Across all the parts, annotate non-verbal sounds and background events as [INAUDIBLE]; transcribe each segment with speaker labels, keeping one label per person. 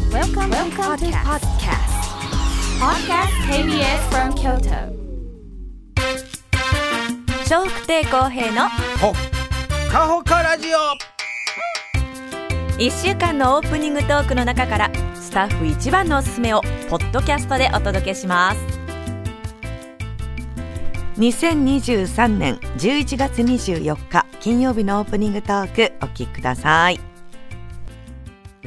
Speaker 1: Welcome to
Speaker 2: Welcome, to podcast.
Speaker 1: Podcast KBS from Kyoto.
Speaker 2: 笑福亭公平の
Speaker 3: ほっかほかラジオ
Speaker 2: 1週間のオープニングトークの中からスタッフ一番のおすすめをポッドキャストでお届けします
Speaker 4: 2023年11月24日金曜日のオープニングトークお聞きください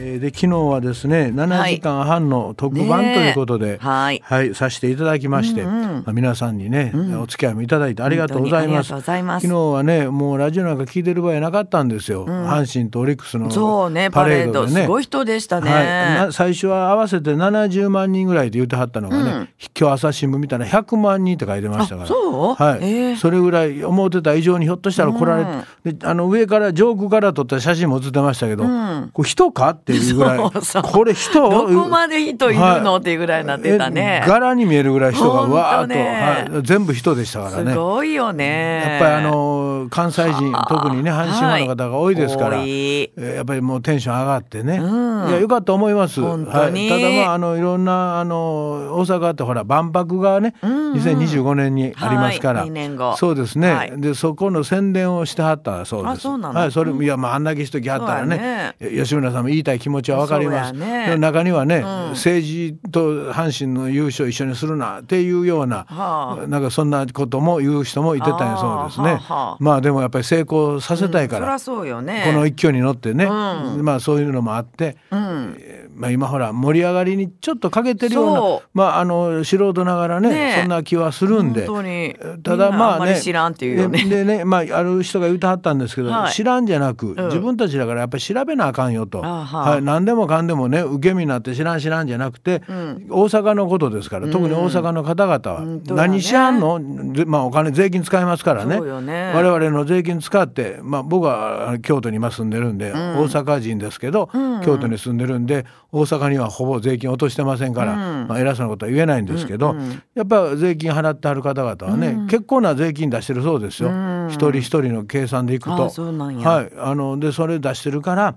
Speaker 3: えーで昨日はですね7時間半の特番と
Speaker 4: ねえ
Speaker 3: いうことで、
Speaker 4: はい
Speaker 3: させていただきまして、まあ皆さんにね、お付き合いもいただいてありがとうございます
Speaker 4: 本当にありがとうございます
Speaker 3: 昨日はねもうラジオなんか聞いてる場合なかったんですよ、阪神とオリックスの
Speaker 4: そうね
Speaker 3: パ
Speaker 4: パ
Speaker 3: レ
Speaker 4: レ
Speaker 3: ー
Speaker 4: ー
Speaker 3: ド
Speaker 4: ド
Speaker 3: でね
Speaker 4: すごい人でしたね、
Speaker 3: はい、な最初は合わせて70万人ぐらいで言ってはったのがね、今日朝日新聞見たら100万人って書いてましたから
Speaker 4: あそう
Speaker 3: はい
Speaker 4: ええ
Speaker 3: それぐらい思ってた以上にひょっとしたら来られて、であの上から上空から撮った写真も写ってましたけど、これ人かっていうぐらい
Speaker 4: そうそう
Speaker 3: これ人
Speaker 4: どこまで人いるの
Speaker 3: は
Speaker 4: っていうぐらいになってたね
Speaker 3: え柄に見えるぐらい人が
Speaker 4: ほんとね
Speaker 3: わーっと、はい、全部人でしたからね。
Speaker 4: すごいよね
Speaker 3: やっぱりあの関西人特にね阪神ファンの方が多いですから、
Speaker 4: はい多い
Speaker 3: えーやっぱりもうテンション上がってね、いやよかったと思います
Speaker 4: 本当に
Speaker 3: はい、ただまああのいろんなあの大阪ってほら万博がね、2025年にありますから、
Speaker 4: はい二年後
Speaker 3: そうですね、
Speaker 4: はい
Speaker 3: でそこの宣伝をしてはったそうです
Speaker 4: あそうなの
Speaker 3: はい、それもいやまああんだけ人来はったら
Speaker 4: そうや
Speaker 3: ね吉村さんも言いたい気持ちはわかります、
Speaker 4: そうやね
Speaker 3: でも中にはね、政治と阪神の優勝一緒にするなっていうような、
Speaker 4: は
Speaker 3: なんかそんなことも言う人もいてたんやそうですね。
Speaker 4: あーはあはあ
Speaker 3: まあでもやっぱり成功させたいか
Speaker 4: そり
Speaker 3: ら、
Speaker 4: ゃそうよね
Speaker 3: この勢いに乗ってね、まあそういうのもあって、えーまあ今ほら盛り上がりにちょっと欠けてるよ
Speaker 4: そう
Speaker 3: な、まああの素人ながらね
Speaker 4: ねえ
Speaker 3: そんな気はするんで。
Speaker 4: 本当に
Speaker 3: ただ
Speaker 4: みんな
Speaker 3: ま
Speaker 4: あん
Speaker 3: あ
Speaker 4: ま
Speaker 3: ね
Speaker 4: り知らんっていうよね
Speaker 3: ででね、まあ、ある人が言ってはったんですけど、
Speaker 4: はい
Speaker 3: 知らんじゃなく、
Speaker 4: ん
Speaker 3: 自分たちだからやっぱり調べなあかんよと、
Speaker 4: あーはー
Speaker 3: はい、何でもかんでもね受け身になって知らん知らんじゃなくて、大阪のことですから特に大阪の方々は、
Speaker 4: 本当だね
Speaker 3: 何しはんの、でまあ、お金税金使いますからね
Speaker 4: そうよね
Speaker 3: 我々の税金使って、まあ、僕はあの京都に今住んでるんで、大阪人ですけど、京都に住んでるんで大阪にはほぼ税金落としてませんから、まあ、偉そうなことは言えないんですけど、やっぱ税金払ってはる方々はね、結構な税金出してるそうですよ、一人一人の計算でいく
Speaker 4: あ
Speaker 3: と。
Speaker 4: そうなんや
Speaker 3: はい、あのでそれ出してるから、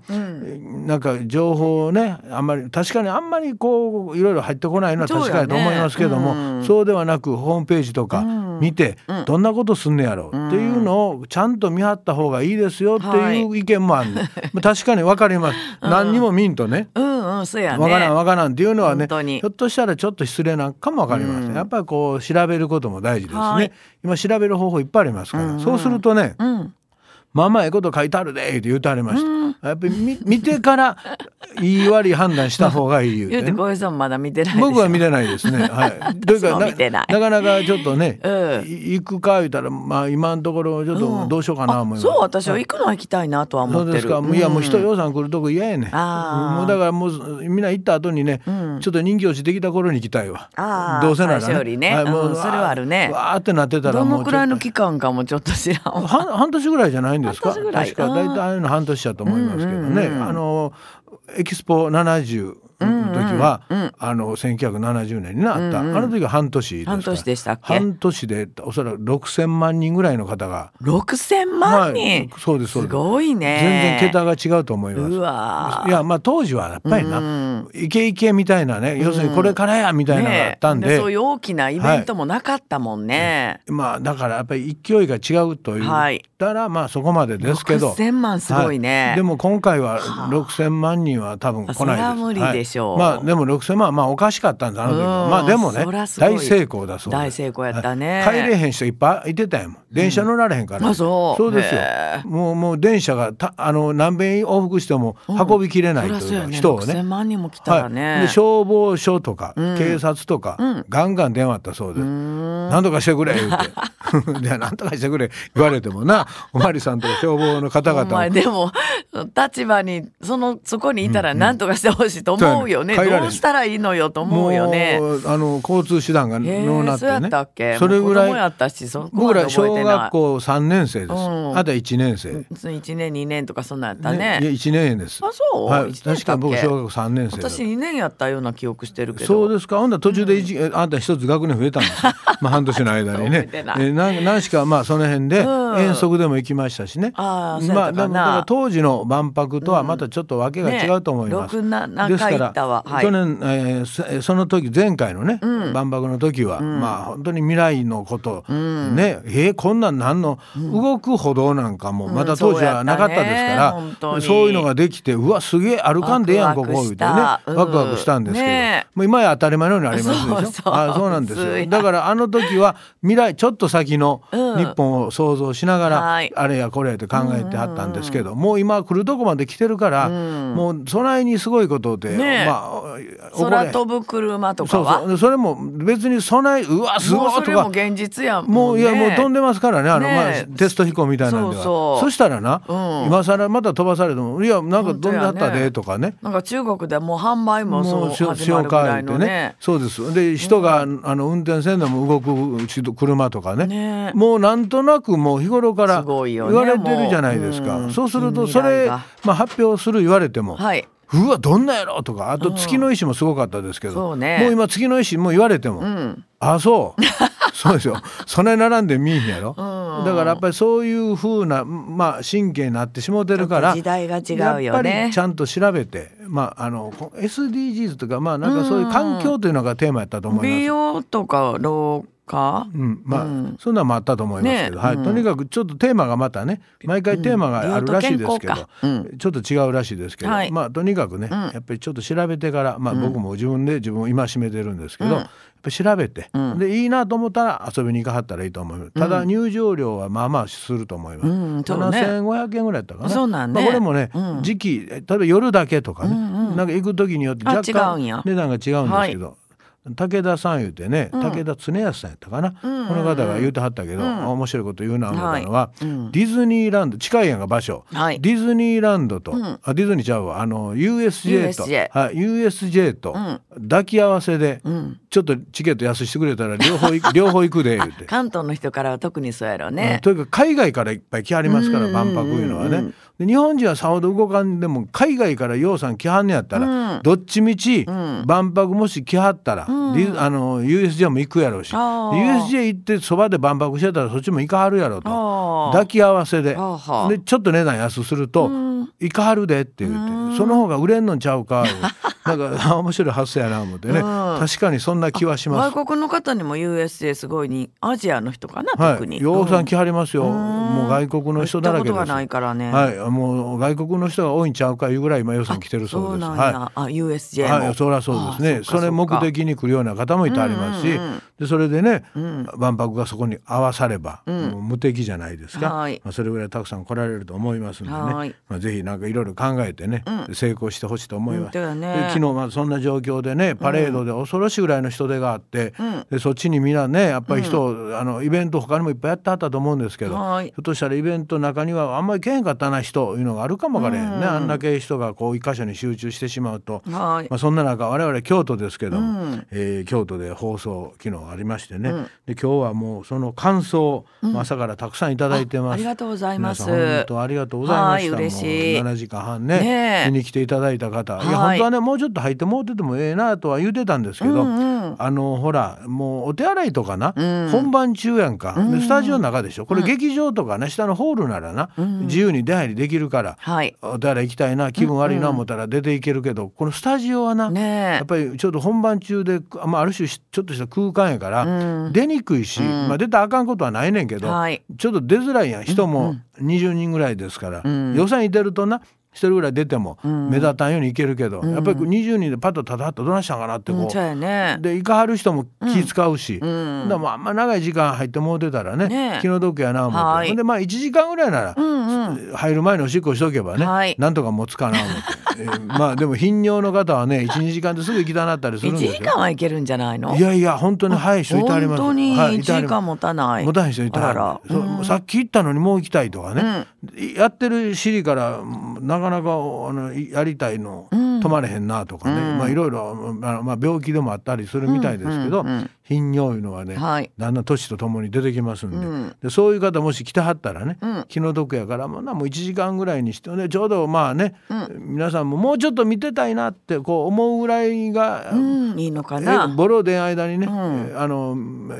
Speaker 3: なんか情報をねあんまり確かにあんまりこういろいろ入ってこないのは確かにと思いますけどもそ
Speaker 4: そう
Speaker 3: う,、
Speaker 4: やねうん
Speaker 3: ではなくホームページとか見て、どんなことすんねやろうっていうのをちゃんと見張った方がいいですよっていう意見もあるの、まあ確かに分かります、何にも見んとね
Speaker 4: うんうんそうやね
Speaker 3: わからんわからんっていうのはね
Speaker 4: 本当に
Speaker 3: ひょっとしたらちょっと失礼なんかもわかりません、やっぱりこう調べることも大事です
Speaker 4: はい
Speaker 3: ね今調べる方法いっぱいありますから、そうするとね、まあまあええこと書いてあるでって言うてありました、やっぱり見見てから言い悪い判断した方がいい言う
Speaker 4: [LAUGHS] 言
Speaker 3: て
Speaker 4: う
Speaker 3: ね、
Speaker 4: て小江さんまだ見てないでしょ
Speaker 3: 僕は見てないです
Speaker 4: [LAUGHS]
Speaker 3: ね。はい。という
Speaker 4: 私も
Speaker 3: か
Speaker 4: 見てない
Speaker 3: なかなかちょっとね、
Speaker 4: [LAUGHS] うん
Speaker 3: い行くか言うたらまあ今のところちょっとどうしようかな思います。
Speaker 4: そう私は行くのは行きたいなとは思
Speaker 3: そ
Speaker 4: っ
Speaker 3: う
Speaker 4: てる
Speaker 3: ですか。もういやもう人予算来るとこ嫌やねん。
Speaker 4: あー
Speaker 3: もうだからもうみんな行った後にね、ちょっと人気落ちてきた頃に行きたいわ
Speaker 4: あ。ー
Speaker 3: どうせなら
Speaker 4: 最初よ
Speaker 3: ね。
Speaker 4: りね
Speaker 3: いも
Speaker 4: うんそれはあるね
Speaker 3: わーわーってなってたら
Speaker 4: ど
Speaker 3: もう
Speaker 4: のくらいの
Speaker 3: ちょっ
Speaker 4: 期間かもちょっと知らん
Speaker 3: と
Speaker 4: わ。
Speaker 3: 半半年ぐらいじゃないんですか。
Speaker 4: 半年ぐらい
Speaker 3: 確かだいたいの半年だと思いますけどね。あのエキスポ70の時は、あの1970年になった、あの時は半年ですから
Speaker 4: 半年でしたっけ
Speaker 3: 半年でおそらく6000万人ぐらいの方が
Speaker 4: 六千万人、
Speaker 3: はいそうですそうです
Speaker 4: ごいね。
Speaker 3: 全然桁が違うと思います
Speaker 4: うわ
Speaker 3: いやまあ当時はやっぱりなイケイケみたいなね要するにこれからやみたいなのがあったんで,、
Speaker 4: そういう大きなイベントもなかったもんね。
Speaker 3: まあだからやっぱり勢いが違うと言ったら、まあそこまでですけど
Speaker 4: 6000万すごいね
Speaker 3: はでも今回は6000万人は多分来ないです
Speaker 4: そりゃ無理でしょう
Speaker 3: はいまあでも6000万はまあおかしかったんだあの時は
Speaker 4: うん
Speaker 3: まあでもね
Speaker 4: そりゃすごい
Speaker 3: 大成功だそうです
Speaker 4: 大成功やったね
Speaker 3: はい帰れへん人いっぱいいてたやもん電車乗られへんから、
Speaker 4: あそう
Speaker 3: ですよ
Speaker 4: へ
Speaker 3: もうもう電車がたあの何遍往復しても運びきれない
Speaker 4: そりゃ
Speaker 3: と
Speaker 4: そう
Speaker 3: い
Speaker 4: や
Speaker 3: う
Speaker 4: ね。
Speaker 3: 人を
Speaker 4: 六
Speaker 3: ね
Speaker 4: 千万人も来たらね。
Speaker 3: はい、で消防署とか、警察とか、ガンガン電話あったそうです。なんとかしてくれ言うて。で [LAUGHS] なんとかしてくれ言われてもな、おまりさんとか消防の方
Speaker 4: お
Speaker 3: 々
Speaker 4: 前
Speaker 3: も。
Speaker 4: でも立場にそのそこにいたら何とかしてほしいと思うよね。
Speaker 3: そうやね帰られへん
Speaker 4: どうしたらいいのよと思うよね。
Speaker 3: もうあの交通手段が
Speaker 4: へえ
Speaker 3: のうなって
Speaker 4: そうや
Speaker 3: ね
Speaker 4: ったっけ
Speaker 3: れぐら
Speaker 4: もう子供や
Speaker 3: い
Speaker 4: ったしそこまで
Speaker 3: 僕ら
Speaker 4: 覚え
Speaker 3: 小
Speaker 4: てない
Speaker 3: 学校3年生です、
Speaker 4: うん
Speaker 3: あとは1年生、
Speaker 4: 1年2年とかそんなんやった
Speaker 3: ね
Speaker 4: ね
Speaker 3: いや1年です
Speaker 4: あそう
Speaker 3: はい、
Speaker 4: 一年だっけ
Speaker 3: 確か僕小学校3年生だ
Speaker 4: 私2年やったような記憶してるけど
Speaker 3: そうですか。ほんなら途中で一、あんた一つ学年増えたん
Speaker 4: [LAUGHS]
Speaker 3: ですよ。まあ半年の間に
Speaker 4: 覚え
Speaker 3: ね。
Speaker 4: て
Speaker 3: え
Speaker 4: ない
Speaker 3: なん何しかまあその辺で
Speaker 4: うん
Speaker 3: 遠足でも行きましたしね。
Speaker 4: ああそう
Speaker 3: ま
Speaker 4: や
Speaker 3: あ
Speaker 4: った
Speaker 3: だ
Speaker 4: かな
Speaker 3: から当時の万博とはまたちょっとわけが違うと思います。
Speaker 4: ね六七
Speaker 3: ですか
Speaker 4: 回だったわはい
Speaker 3: 去年、えーそその時前回のね、万博の時は、まあ本当に未来のこと、ねえーこんなんなんの、動く歩道なんかもまだ当時はなかったですから、
Speaker 4: うんそうやったね本
Speaker 3: そう
Speaker 4: 当に
Speaker 3: いうのができてうわすげえ歩かんでええやんここ言うてね
Speaker 4: ワ
Speaker 3: ワ
Speaker 4: クワクしたうん
Speaker 3: クワクしたんですけど、
Speaker 4: ねえ
Speaker 3: もう今や当たり前のようにありますでしょ
Speaker 4: そうそう
Speaker 3: あそうなんです
Speaker 4: つい
Speaker 3: よだからあの時は未来ちょっと先の
Speaker 4: うん
Speaker 3: 日本を想像しながら、
Speaker 4: はい
Speaker 3: あれやこれやって考えてはったんですけど、もう今来るとこまで来てるから、もう備えにすごいことで、
Speaker 4: ねえ
Speaker 3: まあ起これ
Speaker 4: 空飛ぶ車とか
Speaker 3: そう
Speaker 4: は
Speaker 3: そうそれも別に備えうわすご
Speaker 4: もう
Speaker 3: い
Speaker 4: そ
Speaker 3: と
Speaker 4: れ
Speaker 3: か
Speaker 4: も現実やん
Speaker 3: もういやもう飛ん
Speaker 4: で
Speaker 3: でますからねあの、まあ
Speaker 4: ねえ
Speaker 3: テスト飛行みたいなんでは
Speaker 4: そうそう
Speaker 3: したらな、
Speaker 4: うん
Speaker 3: 今更また飛ばされても「いやなんか飛んであった
Speaker 4: 本当やね
Speaker 3: で」とかね
Speaker 4: なんか中国ではもう販売もそう
Speaker 3: し
Speaker 4: 始まるぐらいのね
Speaker 3: そうですで人が、あの運転せんでも動くし車とかね
Speaker 4: ね
Speaker 3: もうなんとなくもう日頃から
Speaker 4: すごい
Speaker 3: 言
Speaker 4: よね
Speaker 3: われてるじゃないですか、
Speaker 4: もううん
Speaker 3: そうするとそ
Speaker 4: 近未来
Speaker 3: れ、
Speaker 4: が
Speaker 3: まあ、発表する言われても、
Speaker 4: はい。
Speaker 3: うわどんなやろとかあと月の石もすごかったですけ
Speaker 4: そ
Speaker 3: ど、
Speaker 4: うね
Speaker 3: もう今月の石も言われても、
Speaker 4: うん。
Speaker 3: あそう [LAUGHS] そうですよそれ並んで見えへんやろ、だからやっぱりそういうふうなまあ神経になってしもうてるから
Speaker 4: ちょっと時代が違うよね
Speaker 3: やっぱりちゃんと調べてまああのこ SDGs とかまあなんかそういう環境というのがテーマやったと思います。
Speaker 4: 美容とか老化。
Speaker 3: うん、まあ、そんなんもあったと思いますけど、
Speaker 4: ね
Speaker 3: はい、とにかくちょっとテーマがまたね毎回テーマがあるらしいですけ
Speaker 4: うん病
Speaker 3: ど
Speaker 4: と、健
Speaker 3: ちょっと違うらしいですけど、
Speaker 4: はい
Speaker 3: まあとにかくね、やっぱりちょっと調べてから、まあ、僕も自分で自分を戒めてるんですけど、やっぱ調べて、でいいなと思ったら遊びに行かはったらいいと思いますただ入場料はまあまあすると思います、
Speaker 4: うんそうね
Speaker 3: 7500円ぐらいやったかな
Speaker 4: そうなんね
Speaker 3: まあ、これもね、時期例えば夜だけとかね、なんか行く時によって若
Speaker 4: あ違うんや
Speaker 3: 干値段が違うんですけど、武田さん言うてね、武田恒康さんやったかな、この方が言うてはったけど、面白いこと言うな思ったのは、ディズニーランド近いやんか場所、
Speaker 4: はい
Speaker 3: ディズニーランドと、あディズニーちゃうわあの USJ と
Speaker 4: USJ
Speaker 3: はい、USJ と抱き合わせで、ちょっとチケット安してくれたら両方い
Speaker 4: [LAUGHS]
Speaker 3: 両方行くで言うて。
Speaker 4: 関東の人からは特にそうやろう
Speaker 3: うん
Speaker 4: ね。
Speaker 3: とにかく海外からいっぱい来はりますから、万博いうのはね。で日本人はさほど動かんでも海外から洋さん来はんねやったら、どっちみち万博もし来はったら、リあの USJ も行くやろうしで
Speaker 4: あー
Speaker 3: USJ 行ってそばで万博してたらそっちも行かはるやろう
Speaker 4: あ
Speaker 3: と
Speaker 4: ー
Speaker 3: 抱き合わせで
Speaker 4: はあはあ
Speaker 3: でちょっと値段安すると行かはるでって言ってその方が売れんのんちゃう
Speaker 4: [LAUGHS]
Speaker 3: かなんか面白い発想やな思ってね確かにそんな気はします。
Speaker 4: 外国の方にも USJ すごいにアジアの人かな、
Speaker 3: は
Speaker 4: 特に。
Speaker 3: い、洋さん
Speaker 4: うん
Speaker 3: 来はりますよ、もう外国の人だらけです
Speaker 4: 行ったことがないからね
Speaker 3: はい、もう外国の人が多いんちゃうかいうぐらい今洋さん来てるそう
Speaker 4: そう
Speaker 3: です
Speaker 4: なんや。
Speaker 3: は
Speaker 4: あ USJ
Speaker 3: い、
Speaker 4: も。
Speaker 3: はい、そりゃそうですね
Speaker 4: あ
Speaker 3: それ目。的に来るような方もいてありますし、でそれでね、万博がそこに合わされば、もう無敵じゃないですか、
Speaker 4: はい
Speaker 3: まあ、それぐらいたくさん来られると思いますんでね、
Speaker 4: はい
Speaker 3: まあ、ぜひなんかいろいろ考えてね、成功してほしいと思います、
Speaker 4: 本当やね
Speaker 3: で昨日まあそんな状況でねパレードで恐ろしいぐらいの人出があって、でそっちにみんなねやっぱり人を、あのイベント他にもいっぱいやってはったと思うんですけど、
Speaker 4: はい
Speaker 3: ひょっとしたらイベントの中にはあんまり来へんかったな人いうのがあるかもわからへんね、あんだけ人がこう一箇所に集中してしまうと、
Speaker 4: はい
Speaker 3: まあ、そんな中我々京都ですけども、えー京都で放送昨日ありましてね、で今日はもうその感想を朝からたくさんいただいてます、
Speaker 4: あありがとうございます
Speaker 3: 皆さん本当ありがとうございました
Speaker 4: はい嬉しい
Speaker 3: もう7時間半
Speaker 4: ね
Speaker 3: ね
Speaker 4: え
Speaker 3: 見に来ていただいた方、い、や
Speaker 4: は
Speaker 3: 本
Speaker 4: い
Speaker 3: 当はねもうちょっと入ってもうててもええなとは言うてたんですけど、あのほらもうお手洗いとかな、本番中やんか、でスタジオの中でしょこれ劇場とかね、下のホールならな、自由に出入りできるから、
Speaker 4: はい
Speaker 3: お手洗い行きたいな気分悪いな思ったら出ていけるけど、このスタジオはな、
Speaker 4: ねえ
Speaker 3: やっぱりちょっと本番中で、まあ、ある種しちょっとした空間やから、出にくいし、まあ、出たらあかんことはないねんけど、
Speaker 4: はい
Speaker 3: ちょっと出づらいやん人も20人ぐらいですから、予算に出るとな1人ぐらい出ても目立たんようにいけるけど、やっぱり20人でパッと立たはったらどないしたんかなってこう、
Speaker 4: うんそうやね。
Speaker 3: で行かはる人も気使うし、だからもうあんま長い時間入ってもうてたらね
Speaker 4: ねえ
Speaker 3: 気の毒やな思って、
Speaker 4: はい
Speaker 3: ほんでまあ1時間ぐらいなら、入る前におしっこしとけばね、
Speaker 4: はい
Speaker 3: なんとか持つかな思って、えーまあでも頻尿の方はね12時間ですぐ行きたなったりするん
Speaker 4: 一
Speaker 3: です
Speaker 4: 時
Speaker 3: よ。
Speaker 4: 間はいけるんじゃないの？
Speaker 3: いやいや本当に早い人いてあります
Speaker 4: 本当に
Speaker 3: はい
Speaker 4: 一
Speaker 3: いてはり
Speaker 4: 時
Speaker 3: ます
Speaker 4: 間持たない。
Speaker 3: 持たない人いた
Speaker 4: あら
Speaker 3: そうさっき行ったのにもう行きたいとかね、やってる知りからうんなかなかあのいやりたいの止まれへんなとかね、まあいろいろ、まあ、まあ病気でもあったりするみたいですけど、頻尿いうのはね、
Speaker 4: はい
Speaker 3: だんだん年とともに出てきますんで,、でそういう方もし来てはったらね、気の毒やからもうなもう1時間ぐらいにしてねちょうどまあね、皆さんももうちょっと見てたいなってこう思うぐらいが、
Speaker 4: うんいいのか
Speaker 3: え
Speaker 4: な。
Speaker 3: ボロ出ん間にね、えあの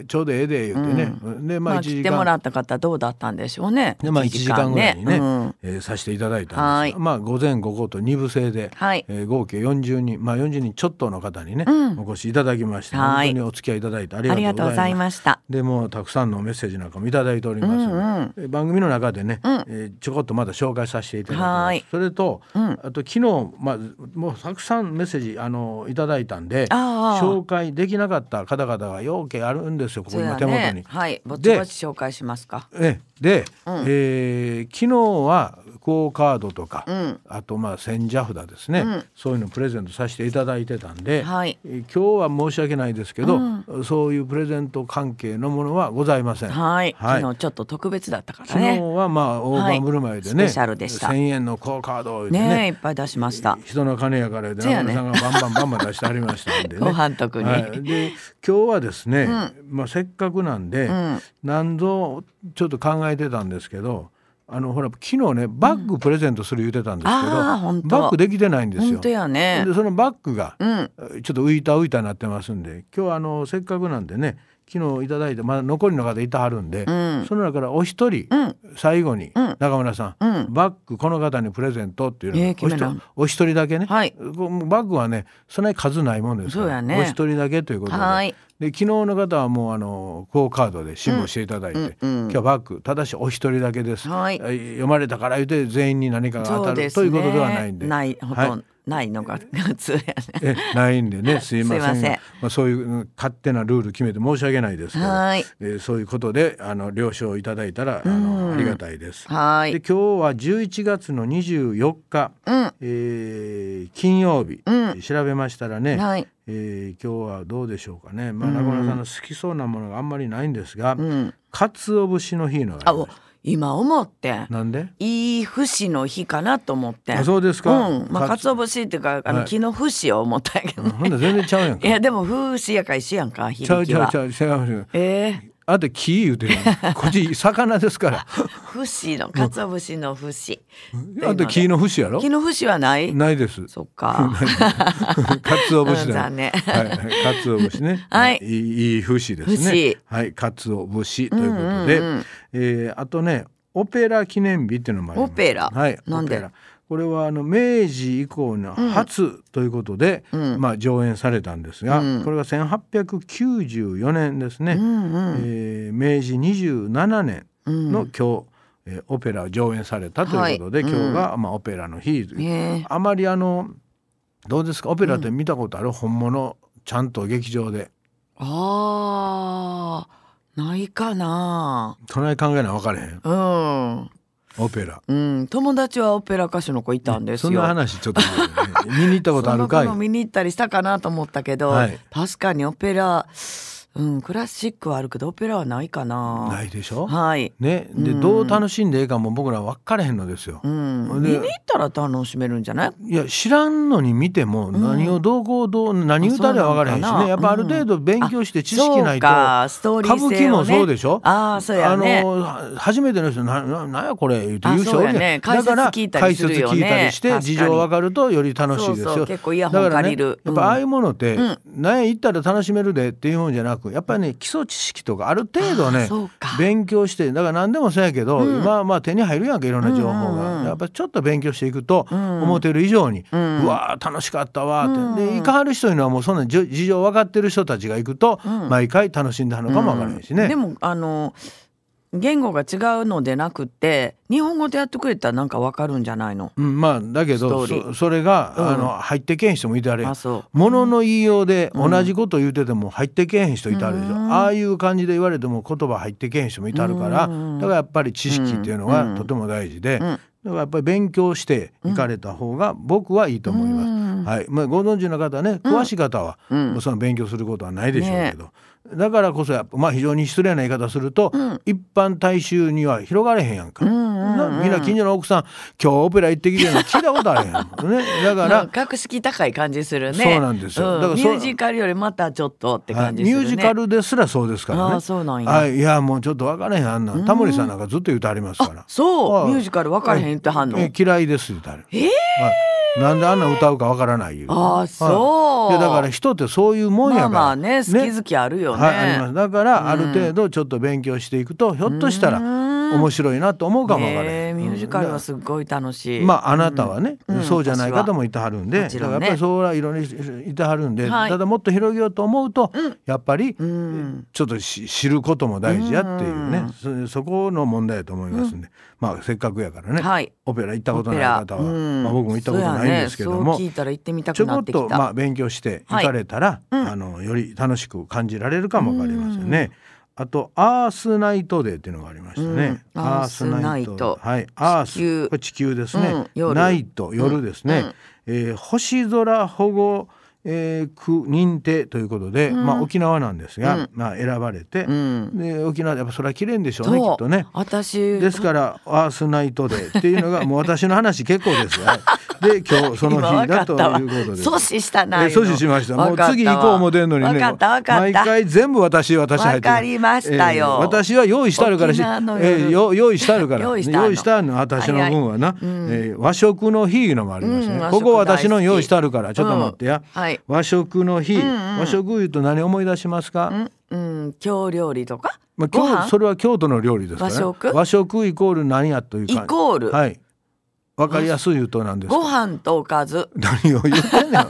Speaker 3: ちょうどええで言ってね、でま
Speaker 4: ま
Speaker 3: あ1
Speaker 4: あ
Speaker 3: 時
Speaker 4: 来
Speaker 3: 間、
Speaker 4: てもらった方どうだったんでしょうね。
Speaker 3: でまあ1時間ぐらいにね
Speaker 4: うん
Speaker 3: えーさせていただいたんですが
Speaker 4: はい
Speaker 3: まあ午前午後と2部制で、
Speaker 4: はい
Speaker 3: えー合計40人まあ40人ちょっとの方にね、
Speaker 4: うん
Speaker 3: お越しいただきまして
Speaker 4: はい
Speaker 3: 本当にお付き合いいただいてあり
Speaker 4: ありが
Speaker 3: が
Speaker 4: と
Speaker 3: と
Speaker 4: う
Speaker 3: う
Speaker 4: ご
Speaker 3: ご
Speaker 4: ざ
Speaker 3: ざ
Speaker 4: い
Speaker 3: います。
Speaker 4: ました。
Speaker 3: でもうたくさんのメッセージなんかもいただいておりますので、
Speaker 4: うんうん
Speaker 3: え番組の中でね、
Speaker 4: うん
Speaker 3: えーちょこっとまだ紹介させていただき
Speaker 4: は
Speaker 3: ま
Speaker 4: い
Speaker 3: すそれと、
Speaker 4: うん
Speaker 3: あと昨日、まあ、もうたくさんメッセージあのいただいたんで
Speaker 4: ああ
Speaker 3: 紹介できなかった方々が要件あるんですよここ
Speaker 4: そう
Speaker 3: 今
Speaker 4: や
Speaker 3: 手元に。
Speaker 4: ね。はい、ぼちぼち紹介しますか。
Speaker 3: ええで、
Speaker 4: うん
Speaker 3: えー昨日はクオ・カードとか、
Speaker 4: うん
Speaker 3: あとまあ千社札ですね、
Speaker 4: うん
Speaker 3: そういうのプレゼントさせていただいてたんで、
Speaker 4: はい
Speaker 3: えー今日は申し訳ないですけど、そういうプレゼント関係のものはございません。
Speaker 4: はい、
Speaker 3: はい
Speaker 4: 昨日ちょっと特別だったから
Speaker 3: 昨日
Speaker 4: ね。
Speaker 3: はまあ大盤振る舞いでね、
Speaker 4: はいスペシャルでした
Speaker 3: 1000円のクオ・カードを
Speaker 4: ね
Speaker 3: ね
Speaker 4: えいっぱい出しました。
Speaker 3: 人の金やからで
Speaker 4: そうや
Speaker 3: 中
Speaker 4: ね
Speaker 3: 村さんがバンバンバンバン出してはりましたんでね。
Speaker 4: [LAUGHS] ご飯特に
Speaker 3: はいで今日はですね、まあせっかくなんで、
Speaker 4: ん
Speaker 3: 何度ちょっと考えてたんですけど。あのほら昨日ねバッグプレゼントする言ってたんですけど、
Speaker 4: あーほんと
Speaker 3: バッグできてないんですよ。
Speaker 4: 本当やね
Speaker 3: で。そのバッグが、
Speaker 4: うん。
Speaker 3: ちょっと浮いた浮いたになってますんで今日はあのせっかくなんでね昨日いただいて、まあ、残りの方いたはるんで、
Speaker 4: ん
Speaker 3: その中からお一人、
Speaker 4: うん
Speaker 3: 最後に、
Speaker 4: うん
Speaker 3: 中村さん、
Speaker 4: うん
Speaker 3: バッグこの方にプレゼントっていうの
Speaker 4: ええ
Speaker 3: を
Speaker 4: 決めな
Speaker 3: お一人お一人だけね、
Speaker 4: はい
Speaker 3: こうもうバッグはねそんなに数ないもんですから
Speaker 4: そうやね
Speaker 3: お一人だけということで
Speaker 4: はい
Speaker 3: で昨日の方はもうあのクオ・カードで辛抱していただいて、
Speaker 4: うんうん
Speaker 3: 今日はバッグただしお一人だけです、
Speaker 4: はい
Speaker 3: えー読まれたから言って全員に何かが当
Speaker 4: そ
Speaker 3: た
Speaker 4: う
Speaker 3: る、
Speaker 4: です
Speaker 3: と
Speaker 4: ね。
Speaker 3: いうことではないんで。
Speaker 4: ないほ
Speaker 3: はい
Speaker 4: とんどないのが普通や
Speaker 3: [LAUGHS]
Speaker 4: ね。
Speaker 3: えないんでねすいませんが
Speaker 4: [LAUGHS] すいません
Speaker 3: あ、そういううん勝手なルール決めて申し訳ないですけど、
Speaker 4: はい
Speaker 3: えーそういうことであの了承いただいたらあのありがたいです。
Speaker 4: は
Speaker 3: で
Speaker 4: い。
Speaker 3: 今日は11月の24日、
Speaker 4: うん。
Speaker 3: えー金曜日、
Speaker 4: う
Speaker 3: 調べましたらね、
Speaker 4: はい。
Speaker 3: えー今日はどうでしょうかね、まあ、中村さんの好きそうなものがあんまりないんですが、
Speaker 4: うん。
Speaker 3: 鰹節の日の
Speaker 4: あ、 [LAUGHS] お今思って。
Speaker 3: なんで [LAUGHS]
Speaker 4: いい節の日かなと思って。
Speaker 3: あそうですか
Speaker 4: うん。まあ、
Speaker 3: かつ
Speaker 4: 鰹節っていうか、あ
Speaker 3: は
Speaker 4: の、
Speaker 3: い
Speaker 4: 木の節を思ったんやけど
Speaker 3: うん
Speaker 4: ね。
Speaker 3: ほんなら全然ちゃうやん
Speaker 4: い
Speaker 3: か。
Speaker 4: や、でも、風節やから一緒やんか、
Speaker 3: ちゃ
Speaker 4: 響
Speaker 3: う
Speaker 4: き
Speaker 3: ちゃ
Speaker 4: は
Speaker 3: うち。ゃうちゃう。
Speaker 4: ええ
Speaker 3: あと木言うてるや
Speaker 4: [LAUGHS]
Speaker 3: んこっち魚ですから。
Speaker 4: 節の、鰹節の節。
Speaker 3: あと木の節やろ
Speaker 4: 木の節はない
Speaker 3: ないです。
Speaker 4: そっ
Speaker 3: [LAUGHS]
Speaker 4: か。
Speaker 3: かつお節
Speaker 4: うん
Speaker 3: だ。
Speaker 4: 残念
Speaker 3: はい、はいかつお節ね。
Speaker 4: [LAUGHS] はい
Speaker 3: いい、いい節です
Speaker 4: 節
Speaker 3: ね。はい、かつお節ということで、
Speaker 4: うんうんうん
Speaker 3: えーあとね、オペラ記念日っていうのもあります。
Speaker 4: オペラ
Speaker 3: はい、
Speaker 4: なんで
Speaker 3: オペラこれはあの明治以降の初ということで、
Speaker 4: うん
Speaker 3: まあ上演されたんですが、
Speaker 4: うん
Speaker 3: これが1894年ですね。
Speaker 4: うんうん。
Speaker 3: えー明治27年の今日、えーオペラを上演されたということで、
Speaker 4: はい
Speaker 3: 今日が、まあ、オペラの日という
Speaker 4: ね
Speaker 3: あまりあのどうですかオペラって見たことある、本物ちゃんと劇場で
Speaker 4: ああ、ないかな。
Speaker 3: 隣考えな分かれへん
Speaker 4: うん。
Speaker 3: オペラ
Speaker 4: うん。友達はオペラ歌手の子いたんです
Speaker 3: そ
Speaker 4: よ。
Speaker 3: んな話ちょっと、ね、見に行ったことあるかい [LAUGHS]
Speaker 4: その子の見に行ったりしたかなと思ったけど、
Speaker 3: はい
Speaker 4: 確かにオペラ、うん、クラシックはあるけど、オペラはないかな。
Speaker 3: ないでしょ、
Speaker 4: はい。
Speaker 3: ねで、
Speaker 4: うん
Speaker 3: どう楽しんでいいかも僕ら分かれへんのですよ
Speaker 4: う、ん。見
Speaker 3: で
Speaker 4: に行ったら楽しめるんじゃない
Speaker 3: いや知らんのに見ても何をどうこうどう、何歌では分からへんし
Speaker 4: そうなんかな
Speaker 3: ねやっぱある程度勉強して知識ないと、
Speaker 4: そうかストーリー性を、ね、
Speaker 3: 歌舞伎もそうでしょ
Speaker 4: ああ、そうやね。
Speaker 3: あのは初めての人なななんやこれ言うて言う人おるやん
Speaker 4: あそうやね
Speaker 3: だから
Speaker 4: 解説聞いたりするよ
Speaker 3: 解説聞
Speaker 4: ね
Speaker 3: いたりし
Speaker 4: 確か
Speaker 3: て
Speaker 4: に
Speaker 3: 事情わかるとより楽しいですよ
Speaker 4: そうそう結構イヤホン借りる
Speaker 3: だからねやっぱああいううものって、
Speaker 4: うん
Speaker 3: 何行ったら楽しめるでっていうもんじゃなくやっぱりね基礎知識とかある程度
Speaker 4: あ
Speaker 3: ね
Speaker 4: そうか
Speaker 3: 勉強してだから何でもそうやけど、
Speaker 4: うん
Speaker 3: 今はまあ手に入るやんかいろんな情報
Speaker 4: うんうん
Speaker 3: が、
Speaker 4: うん
Speaker 3: やっぱちょっと勉強していくと、
Speaker 4: うん
Speaker 3: 思ってる以上に、
Speaker 4: う
Speaker 3: うんわー楽しかったわーって、
Speaker 4: うん
Speaker 3: で行かはる人いうのはもうそんなじ事情分かってる人たちが行くと、
Speaker 4: うん
Speaker 3: 毎回楽しんではるのかもわからないしね。
Speaker 4: うんでも、あの、言語が違うのでなくて、日本語でやってくれたらなんかわかるんじゃないの
Speaker 3: うん、まあだけ
Speaker 4: スト
Speaker 3: ど
Speaker 4: ーリー
Speaker 3: そそれが、
Speaker 4: うん
Speaker 3: あの入ってけへん人もいてあれや
Speaker 4: あ、そう。
Speaker 3: ものの言いようで同じこと言うてても入ってけへん人いてあるでしょ、
Speaker 4: うん
Speaker 3: ああいう感じで言われても言葉入ってけへん人もいてあるから、
Speaker 4: うん
Speaker 3: だからやっぱり知識っていうの
Speaker 4: うん
Speaker 3: はとても大事で、
Speaker 4: ん
Speaker 3: だからやっぱり勉強していかれた方が僕はいいと思います。
Speaker 4: うん
Speaker 3: はいまあ、ご存知の方ね詳しい方は、
Speaker 4: うん
Speaker 3: もうその勉強することはないでしょうけど、だからこそやっぱ、まあ、非常に失礼な言い方すると、一般大衆には広がれへんやんか、なみんな近所の奥さん今日オペラ行ってきてるの聞いたことあれへんもんねだか
Speaker 4: [LAUGHS] なん
Speaker 3: ら
Speaker 4: か格式高い感じするね。
Speaker 3: そうなんですよだから
Speaker 4: ミ
Speaker 3: そう
Speaker 4: ュージカルよりまたちょっとって
Speaker 3: は
Speaker 4: 感
Speaker 3: い
Speaker 4: じ
Speaker 3: ミ
Speaker 4: するね。
Speaker 3: ュージカルですらそうですから
Speaker 4: あ
Speaker 3: ね
Speaker 4: あそうなんや
Speaker 3: はい、いやもうちょっと分からへんあんなんタモリさんなんかずっと言うてありますから
Speaker 4: そう、
Speaker 3: はい
Speaker 4: ミュージカル分からへん言ってはんの。
Speaker 3: え嫌いです言うてある、
Speaker 4: えー
Speaker 3: はいなんであんな歌うか分からないいう
Speaker 4: ああ、そう。
Speaker 3: でだから人ってそういうもんや
Speaker 4: ま
Speaker 3: から
Speaker 4: あまあね、好き好きあるよね。
Speaker 3: はい、ありますだからある程度ちょっと勉強していくと、ひょっとしたら
Speaker 4: うん
Speaker 3: 面白いなと思うかもわから
Speaker 4: ね
Speaker 3: な
Speaker 4: え
Speaker 3: い。
Speaker 4: ミュージカルはすっごい楽しい。
Speaker 3: まああなたはね、
Speaker 4: うんうん
Speaker 3: そうじゃない方もいてはるんで、
Speaker 4: 私
Speaker 3: だ
Speaker 4: は
Speaker 3: からや
Speaker 4: もちろんね
Speaker 3: っぱりそうはいろいろいてはるんで、
Speaker 4: はい
Speaker 3: ただもっと広げようと思うと、
Speaker 4: うん
Speaker 3: やっぱり
Speaker 4: うん、
Speaker 3: ちょっとし知ることも大事やっていうね、そそこの問題だと思いますんで、まあせっかくやからね、
Speaker 4: はい。
Speaker 3: オペラ行ったことない方は、
Speaker 4: オペラうん
Speaker 3: まあ、僕も行ったことないんですけど
Speaker 4: そうやね
Speaker 3: も、
Speaker 4: そう聞いたら行ってみた
Speaker 3: ち
Speaker 4: く
Speaker 3: ょ
Speaker 4: な
Speaker 3: こ
Speaker 4: っ
Speaker 3: って
Speaker 4: きた。
Speaker 3: とまあ勉強して行かれたら、
Speaker 4: はいうん
Speaker 3: あのより楽しく感じられるかもわかりませんね。あとアースナイトデーっていうのがありましたね。
Speaker 4: うんアースナイト
Speaker 3: はい、アース
Speaker 4: 地球
Speaker 3: これ地球ですね。
Speaker 4: うん夜
Speaker 3: ナイト夜ですね。えー星空保護、えー区認定ということで、まあ沖縄なんですが、
Speaker 4: うん
Speaker 3: まあ選ばれて、
Speaker 4: うん。
Speaker 3: で沖縄でやっぱそれは綺麗んでしょうねき
Speaker 4: そ
Speaker 3: っ
Speaker 4: う
Speaker 3: とね。
Speaker 4: 私
Speaker 3: ですから「アースナイトデー」っていうのがもう私の話結構です
Speaker 4: [LAUGHS]
Speaker 3: よ。で今日その
Speaker 4: 今
Speaker 3: 日
Speaker 4: 分か
Speaker 3: だ
Speaker 4: っ
Speaker 3: と
Speaker 4: た
Speaker 3: いう
Speaker 4: わ
Speaker 3: ことです。
Speaker 4: 阻止したな
Speaker 3: え阻止しました。もう次行こう思てんのにね。
Speaker 4: 分かった分かっ
Speaker 3: 毎
Speaker 4: た
Speaker 3: 回全部私私入ってる
Speaker 4: わかりましたよ
Speaker 3: えー私は用意してあるからし、
Speaker 4: 沖縄の夜
Speaker 3: ーよ用意してあるから。
Speaker 4: 用意してあるの
Speaker 3: 用意してあるの私の分はな。
Speaker 4: いはいうん
Speaker 3: えー和食の日のもありますね。
Speaker 4: うん和食
Speaker 3: ここ私の用意してあるからちょっと待ってや。
Speaker 4: うんはい
Speaker 3: 和食の日、
Speaker 4: うんうん
Speaker 3: 和食言うと何思い出しますか。
Speaker 4: うん、うん、京料理とか、
Speaker 3: まあ、
Speaker 4: ご
Speaker 3: 京
Speaker 4: 飯
Speaker 3: それは京都の料理ですから、ね、
Speaker 4: 和食
Speaker 3: イコール何やというか
Speaker 4: イコール、
Speaker 3: はいわかりやすい言うとなんですか
Speaker 4: ご飯とおかず、
Speaker 3: 何を言ってん
Speaker 4: [LAUGHS]
Speaker 3: ねん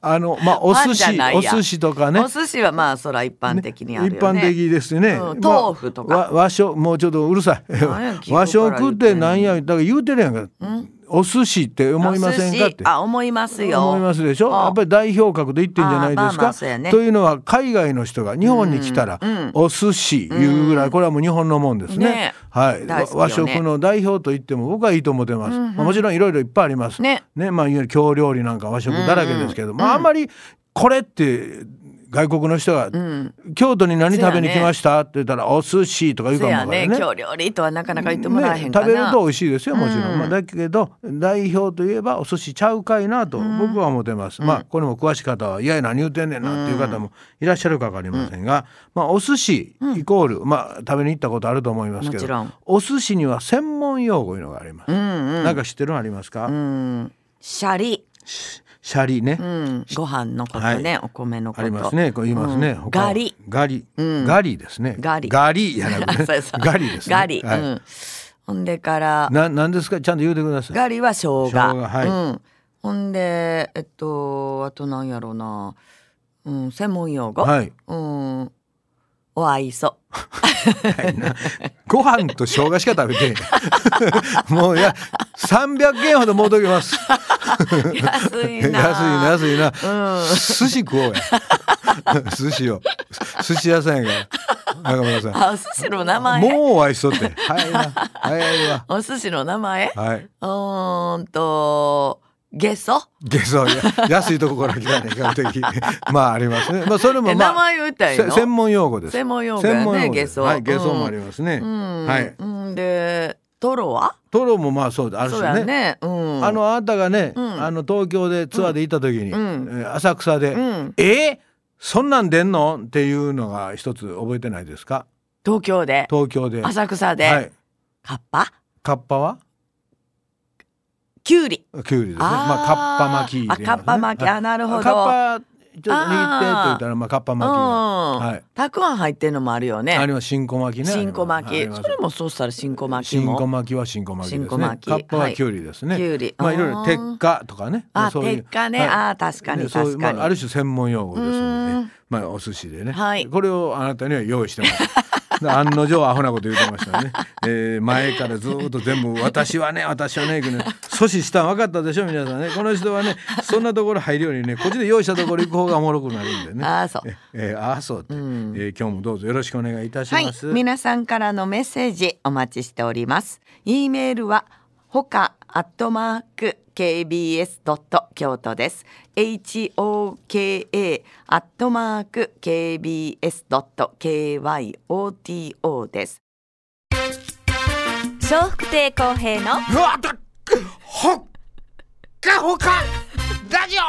Speaker 3: あのまあお
Speaker 4: パ
Speaker 3: 寿
Speaker 4: ンじゃ
Speaker 3: 司
Speaker 4: ない
Speaker 3: お
Speaker 4: や
Speaker 3: 寿司とかね
Speaker 4: お寿司はまあそら一般的にある
Speaker 3: 一
Speaker 4: よ
Speaker 3: 般
Speaker 4: ね
Speaker 3: 的ですね、
Speaker 4: うん
Speaker 3: まあ
Speaker 4: 豆腐とか
Speaker 3: わ和食もうちょっとうるさい
Speaker 4: 何や聞い
Speaker 3: [LAUGHS]
Speaker 4: て
Speaker 3: 和食って何やだから言うてるやんか、お寿司って思いませんかっ
Speaker 4: お寿
Speaker 3: て
Speaker 4: 司あ思いますよ
Speaker 3: 思いますでしょ
Speaker 4: あ
Speaker 3: やっぱり代表格で言ってんじゃない
Speaker 4: あ
Speaker 3: で
Speaker 4: まあ
Speaker 3: す
Speaker 4: まあ
Speaker 3: か
Speaker 4: そうやね
Speaker 3: というのは海外の人が日本に来たら
Speaker 4: うんうん
Speaker 3: お寿司いうぐらいこれはもう日本のもんです
Speaker 4: ね
Speaker 3: ねはい
Speaker 4: 大
Speaker 3: わ
Speaker 4: 好きよね
Speaker 3: 和食の代表と言っても僕はいいと思ってますまあもちろんいろいろいっぱいあります
Speaker 4: ね
Speaker 3: ねまあいわゆる京料理なんか和食だらけですけどまああんまりこれって外国の人が京都に何食べに来ましたって言ったらお寿司とか言うか
Speaker 4: そ
Speaker 3: も
Speaker 4: や
Speaker 3: わから
Speaker 4: ね
Speaker 3: んね
Speaker 4: 京料理とはなかなか言ってもらえへんかな、
Speaker 3: ね、食べると美味しいですよもちろん、
Speaker 4: うん
Speaker 3: まあ、だけど代表といえばお寿司ちゃうかいなと僕は思ってます、まあこれも詳しい方はいやいや何言うてんねんなっていう方もいらっしゃるか分かりませんが、まあ、お寿司イコール、まあ、食べに行ったことあると思いますけ
Speaker 4: もち
Speaker 3: ど
Speaker 4: ろん
Speaker 3: お寿司には専門用語いうのがあります、
Speaker 4: うんうん
Speaker 3: なんか知ってるのありますか、
Speaker 4: うんシャリ、
Speaker 3: シャリね、
Speaker 4: うん、ご飯のことね、
Speaker 3: はい
Speaker 4: お米のこと
Speaker 3: ありますね、こう言いますね。
Speaker 4: うん
Speaker 3: 他は
Speaker 4: ガリ
Speaker 3: ガリ、
Speaker 4: うん
Speaker 3: ガリですね。
Speaker 4: ガリ
Speaker 3: ガリやなくて
Speaker 4: [LAUGHS] そうそう
Speaker 3: ガリですね。
Speaker 4: ガリ、
Speaker 3: はい
Speaker 4: うん、ほんでから
Speaker 3: ななんですか、ちゃんと言うてください。
Speaker 4: ガリは生姜
Speaker 3: 生姜はい
Speaker 4: うん、ほんでえっとあとなんやろうな、うん、専門用語、
Speaker 3: はい。
Speaker 4: うんお愛想
Speaker 3: ご飯と生姜しか食べてへんもういや300円ほどもうときます
Speaker 4: 安い
Speaker 3: [LAUGHS] 安い
Speaker 4: な
Speaker 3: な安いな、
Speaker 4: うん
Speaker 3: 寿司食おうや [LAUGHS] 寿司を寿司屋さんやから中村さ
Speaker 4: あお寿司の名
Speaker 3: ん
Speaker 4: 前
Speaker 3: もうお会いしとって早いな早いわ
Speaker 4: お寿司の名前
Speaker 3: はいう
Speaker 4: ーんとゲソ
Speaker 3: ゲソいや安いとこから来たね比較的 [LAUGHS] まあありますねまあそれも
Speaker 4: え
Speaker 3: まあ
Speaker 4: 名前言うたらいいの
Speaker 3: せ専門用語です
Speaker 4: 専門用語やね
Speaker 3: です
Speaker 4: ゲソ
Speaker 3: はいゲソもありますね、
Speaker 4: うん、
Speaker 3: はい
Speaker 4: うんでトロは
Speaker 3: トロもまあそうであるし
Speaker 4: そうや
Speaker 3: ね
Speaker 4: ねうん
Speaker 3: あのあなたがね、
Speaker 4: うん
Speaker 3: あの東京でツアーで行った時に、
Speaker 4: うん
Speaker 3: えー浅草で「
Speaker 4: うん
Speaker 3: えーそんなん出んの?」っていうのが一つ覚えてないですか
Speaker 4: 東京で
Speaker 3: 東京で。
Speaker 4: 浅草で、
Speaker 3: はい、
Speaker 4: カッパ
Speaker 3: カッパは
Speaker 4: キュウリ
Speaker 3: キュウリですね。
Speaker 4: あー
Speaker 3: まあカッパ巻き入れます、ね。
Speaker 4: あカッパ巻き
Speaker 3: はい
Speaker 4: あなるほど
Speaker 3: カッパちょっと握ってって言ったらまあカッパ巻きが。
Speaker 4: うん
Speaker 3: はい
Speaker 4: たくあん入ってんのもあるよね
Speaker 3: あります新子巻きね。
Speaker 4: 新こ巻
Speaker 3: あ
Speaker 4: き
Speaker 3: ります
Speaker 4: それもそうしたら新こ巻き
Speaker 3: 新
Speaker 4: も
Speaker 3: 子巻きは新子巻きで
Speaker 4: 新子
Speaker 3: すね
Speaker 4: 巻。き
Speaker 3: カッパは
Speaker 4: はい
Speaker 3: キュウリですね。
Speaker 4: キュウリ
Speaker 3: まあいろいろ
Speaker 4: あー
Speaker 3: 鉄火とかね。
Speaker 4: あ
Speaker 3: そういう
Speaker 4: 鉄火ね
Speaker 3: はい
Speaker 4: あー確かに
Speaker 3: ねそういう
Speaker 4: 確かに
Speaker 3: まあ、ある種専門用語です
Speaker 4: う
Speaker 3: の
Speaker 4: ー
Speaker 3: で、ね、まあお寿司でね、
Speaker 4: はい
Speaker 3: これをあなたには用意してます [LAUGHS] 案の定アホなこと言ってましたね、えー前からずっと全部「私はね私はね」行くね阻止したん分かったでしょ皆さんねこの人はねそんなところ入るよりねこっちで用意したところ行く方がおもろくなるんでね
Speaker 4: ああそう
Speaker 3: ええーああそうって、えー今日もどうぞよろしくお願いいたし
Speaker 4: はい
Speaker 3: ます、
Speaker 4: 皆さんからのメッセージお待ちしております。e メールはほかアットマーク kbs ドット京都です。h o k a アットマーク kbs ドット k y o t o です。
Speaker 2: 笑福亭公平の
Speaker 3: うわだっほっかほかラジオ